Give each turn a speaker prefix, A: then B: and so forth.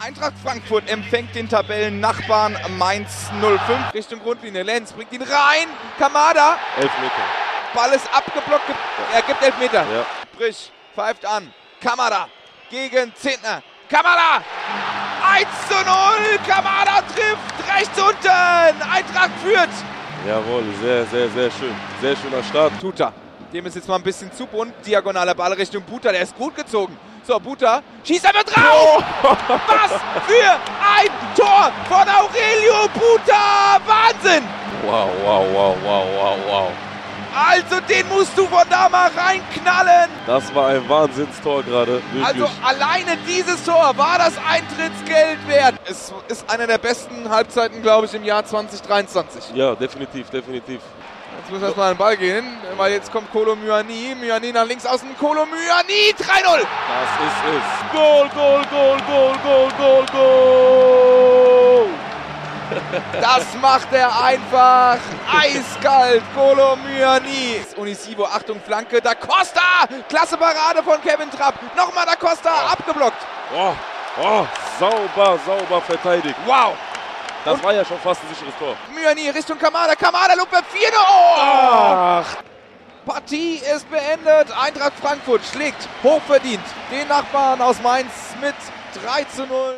A: Eintracht Frankfurt empfängt den Tabellennachbarn Mainz 05 Richtung Grundlinie. Lenz bringt ihn rein. Kamada.
B: Elfmeter.
A: Ball ist abgeblockt. ge- Er gibt Elfmeter.
B: Ja.
A: Brich pfeift an. Kamada gegen Zentner. Kamada! 1 zu 0. Kamada trifft rechts unten. Eintracht führt.
B: Jawohl, sehr, sehr, sehr schön. Sehr schöner Start.
A: Tuta. Dem ist jetzt mal ein bisschen zu bunt. Diagonaler Ball Richtung Buta. Der ist gut gezogen. So, Buta schießt einfach drauf. Was für ein Tor von Aurelio Buta. Wahnsinn.
B: Wow, wow, wow, wow, wow, wow.
A: Also den musst du von da mal reinknallen.
B: Das war ein Wahnsinnstor gerade. Wirklich.
A: Also alleine dieses Tor war das Eintrittsgeld wert. Es ist eine der besten Halbzeiten, glaube ich, im Jahr 2023.
B: ja, definitiv, definitiv.
A: Jetzt muss erstmal an den Ball gehen, weil jetzt kommt Kolo Myani. Myani nach links außen. Kolo Myani 3-0.
B: Das ist es. Goal, Goal, Goal, Goal, Goal, Goal, Goal.
A: Das macht er einfach eiskalt. Golo Myani. Unisivo, Achtung, Flanke. Da Costa. Klasse Parade von Kevin Trapp. Nochmal da Costa. Abgeblockt.
B: Oh, oh, sauber, sauber verteidigt.
A: Wow.
B: Das war ja schon fast ein sicheres Tor.
A: Myani Richtung Kamada. Kamada Lupe 4 Oh!
B: Ach,
A: Partie ist beendet. Eintracht Frankfurt schlägt hochverdient den Nachbarn aus Mainz mit 3 zu 0.